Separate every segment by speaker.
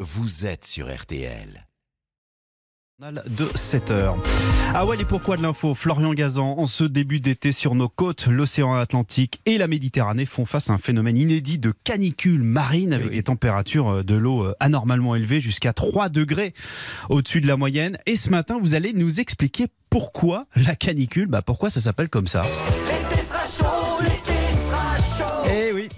Speaker 1: vous êtes sur RTL.
Speaker 2: de 7h. Ah ouais, les pourquoi de l'info, Florian Gazan, en ce début d'été sur nos côtes, l'océan Atlantique et la Méditerranée font face à un phénomène inédit de canicule marine avec des températures euh, de l'eau anormalement élevées jusqu'à 3 degrés au-dessus de la moyenne. Et ce matin, vous allez nous expliquer pourquoi la canicule, bah pourquoi ça s'appelle comme ça.
Speaker 3: Eh oui.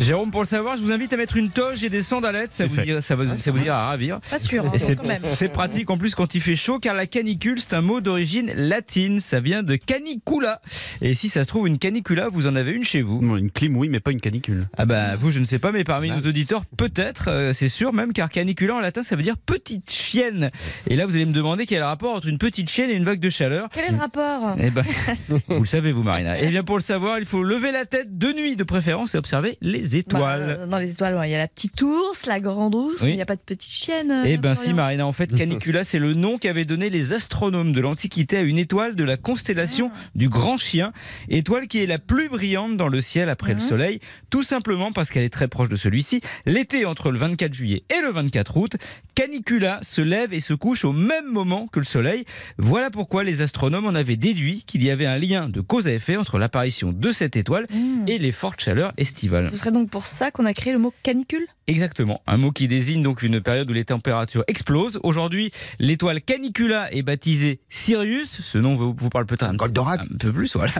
Speaker 3: Jérôme, pour le savoir, je vous invite à mettre une toge et des sandalettes, ça,
Speaker 2: C'est
Speaker 3: vous,
Speaker 2: fait.
Speaker 3: dira- ça, vous, ça vous dira à ravir.
Speaker 4: Pas sûr, hein,
Speaker 3: Et c'est-
Speaker 4: quand même.
Speaker 3: C'est pratique en plus quand il fait chaud, car la canicule, c'est un mot d'origine latine, ça vient de canicula. Et si ça se trouve, une canicula, vous en avez une chez vous.
Speaker 2: Bon, Une clim, oui, mais pas une canicule.
Speaker 3: Ah bah vous, je ne sais pas, mais parmi nos auditeurs, peut-être, euh, c'est sûr même, car canicula en latin, ça veut dire petite chienne. Et là, vous allez me demander quel est le rapport entre une petite chienne et une vague de chaleur.
Speaker 4: Quel est le rapport
Speaker 3: Eh ben, vous le savez, vous, Marina. Eh bien, pour le savoir, il faut lever la tête de nuit, de préférence, et observer les étoiles.
Speaker 4: Bah, euh, dans les étoiles, ouais, il y a la petite ours, la grande ours,
Speaker 3: Oui.
Speaker 4: mais il n'y a pas de petite chienne. euh,
Speaker 3: Eh ben si
Speaker 4: Florian.
Speaker 3: Marina, en fait Canicula c'est le nom qu'avaient donné les astronomes de l'Antiquité à une étoile de la constellation du Grand Chien, étoile qui est la plus brillante dans le ciel après le
Speaker 4: Mhm.
Speaker 3: Soleil, tout simplement parce qu'elle est très proche de celui-ci. L'été entre le 24 juillet et le 24 août, Canicula se lève et se couche au même moment que le Soleil. Voilà pourquoi les astronomes en avaient déduit qu'il y avait un lien de cause à effet entre l'apparition de cette étoile
Speaker 4: Mmh.
Speaker 3: et les fortes chaleurs estivales.
Speaker 4: Ce serait donc pour ça qu'on a créé le mot canicule
Speaker 3: Exactement, un mot qui désigne donc une période où les températures explosent. Aujourd'hui, l'étoile Canicula est baptisée Sirius, ce nom vous, vous parle peut-être un, petit-
Speaker 5: Goldorak.
Speaker 3: un peu plus, voilà.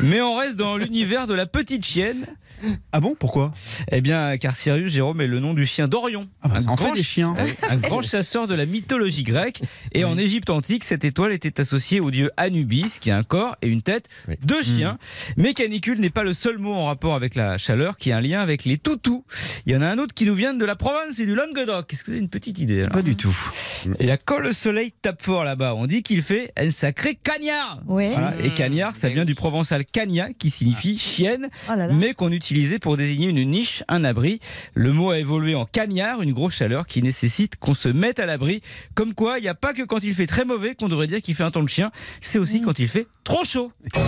Speaker 3: Mais on reste dans l'univers de la petite chienne,
Speaker 2: Ah bon, pourquoi
Speaker 3: eh bien, car Sirius, Jérôme, est le nom du chien d'Orion,
Speaker 2: ah bah,
Speaker 3: un,
Speaker 2: ça en fait
Speaker 3: grand
Speaker 2: des
Speaker 3: ch-
Speaker 2: chiens.
Speaker 3: Ah oui, un grand chasseur de la mythologie grecque. Et en Égypte antique, cette étoile était associée au dieu Anubis, qui a un corps et une tête
Speaker 5: Oui.
Speaker 2: Mm.
Speaker 3: de chien. Mais canicule n'est pas le seul mot en rapport avec la chaleur, qui a un lien avec les toutous. Il y en a un autre qui nous vient de la province et du Languedoc. Est-ce que vous avez une petite idée alors
Speaker 2: Pas du tout.
Speaker 3: Et là, quand le soleil tape fort là-bas, on dit qu'il fait un sacré cagnard
Speaker 4: Oui.
Speaker 3: Voilà, Et cagnard, ça vient du provençal cagna, qui signifie chienne
Speaker 4: Oh là là.
Speaker 3: mais qu'on utilisait pour désigner une niche, un abri. Le mot a évolué en cagnard, une grosse chaleur qui nécessite qu'on se mette à l'abri. Comme quoi, il n'y a pas que quand il fait très mauvais qu'on devrait dire qu'il fait un temps de chien, c'est aussi quand il fait trop chaud.
Speaker 2: Et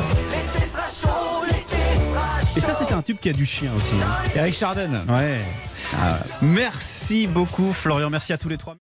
Speaker 2: ça, c'était un tube qui a du chien aussi. hein. Ah.
Speaker 3: Eric Chardin.
Speaker 2: Ouais. Merci beaucoup, Florian. Merci à tous les trois.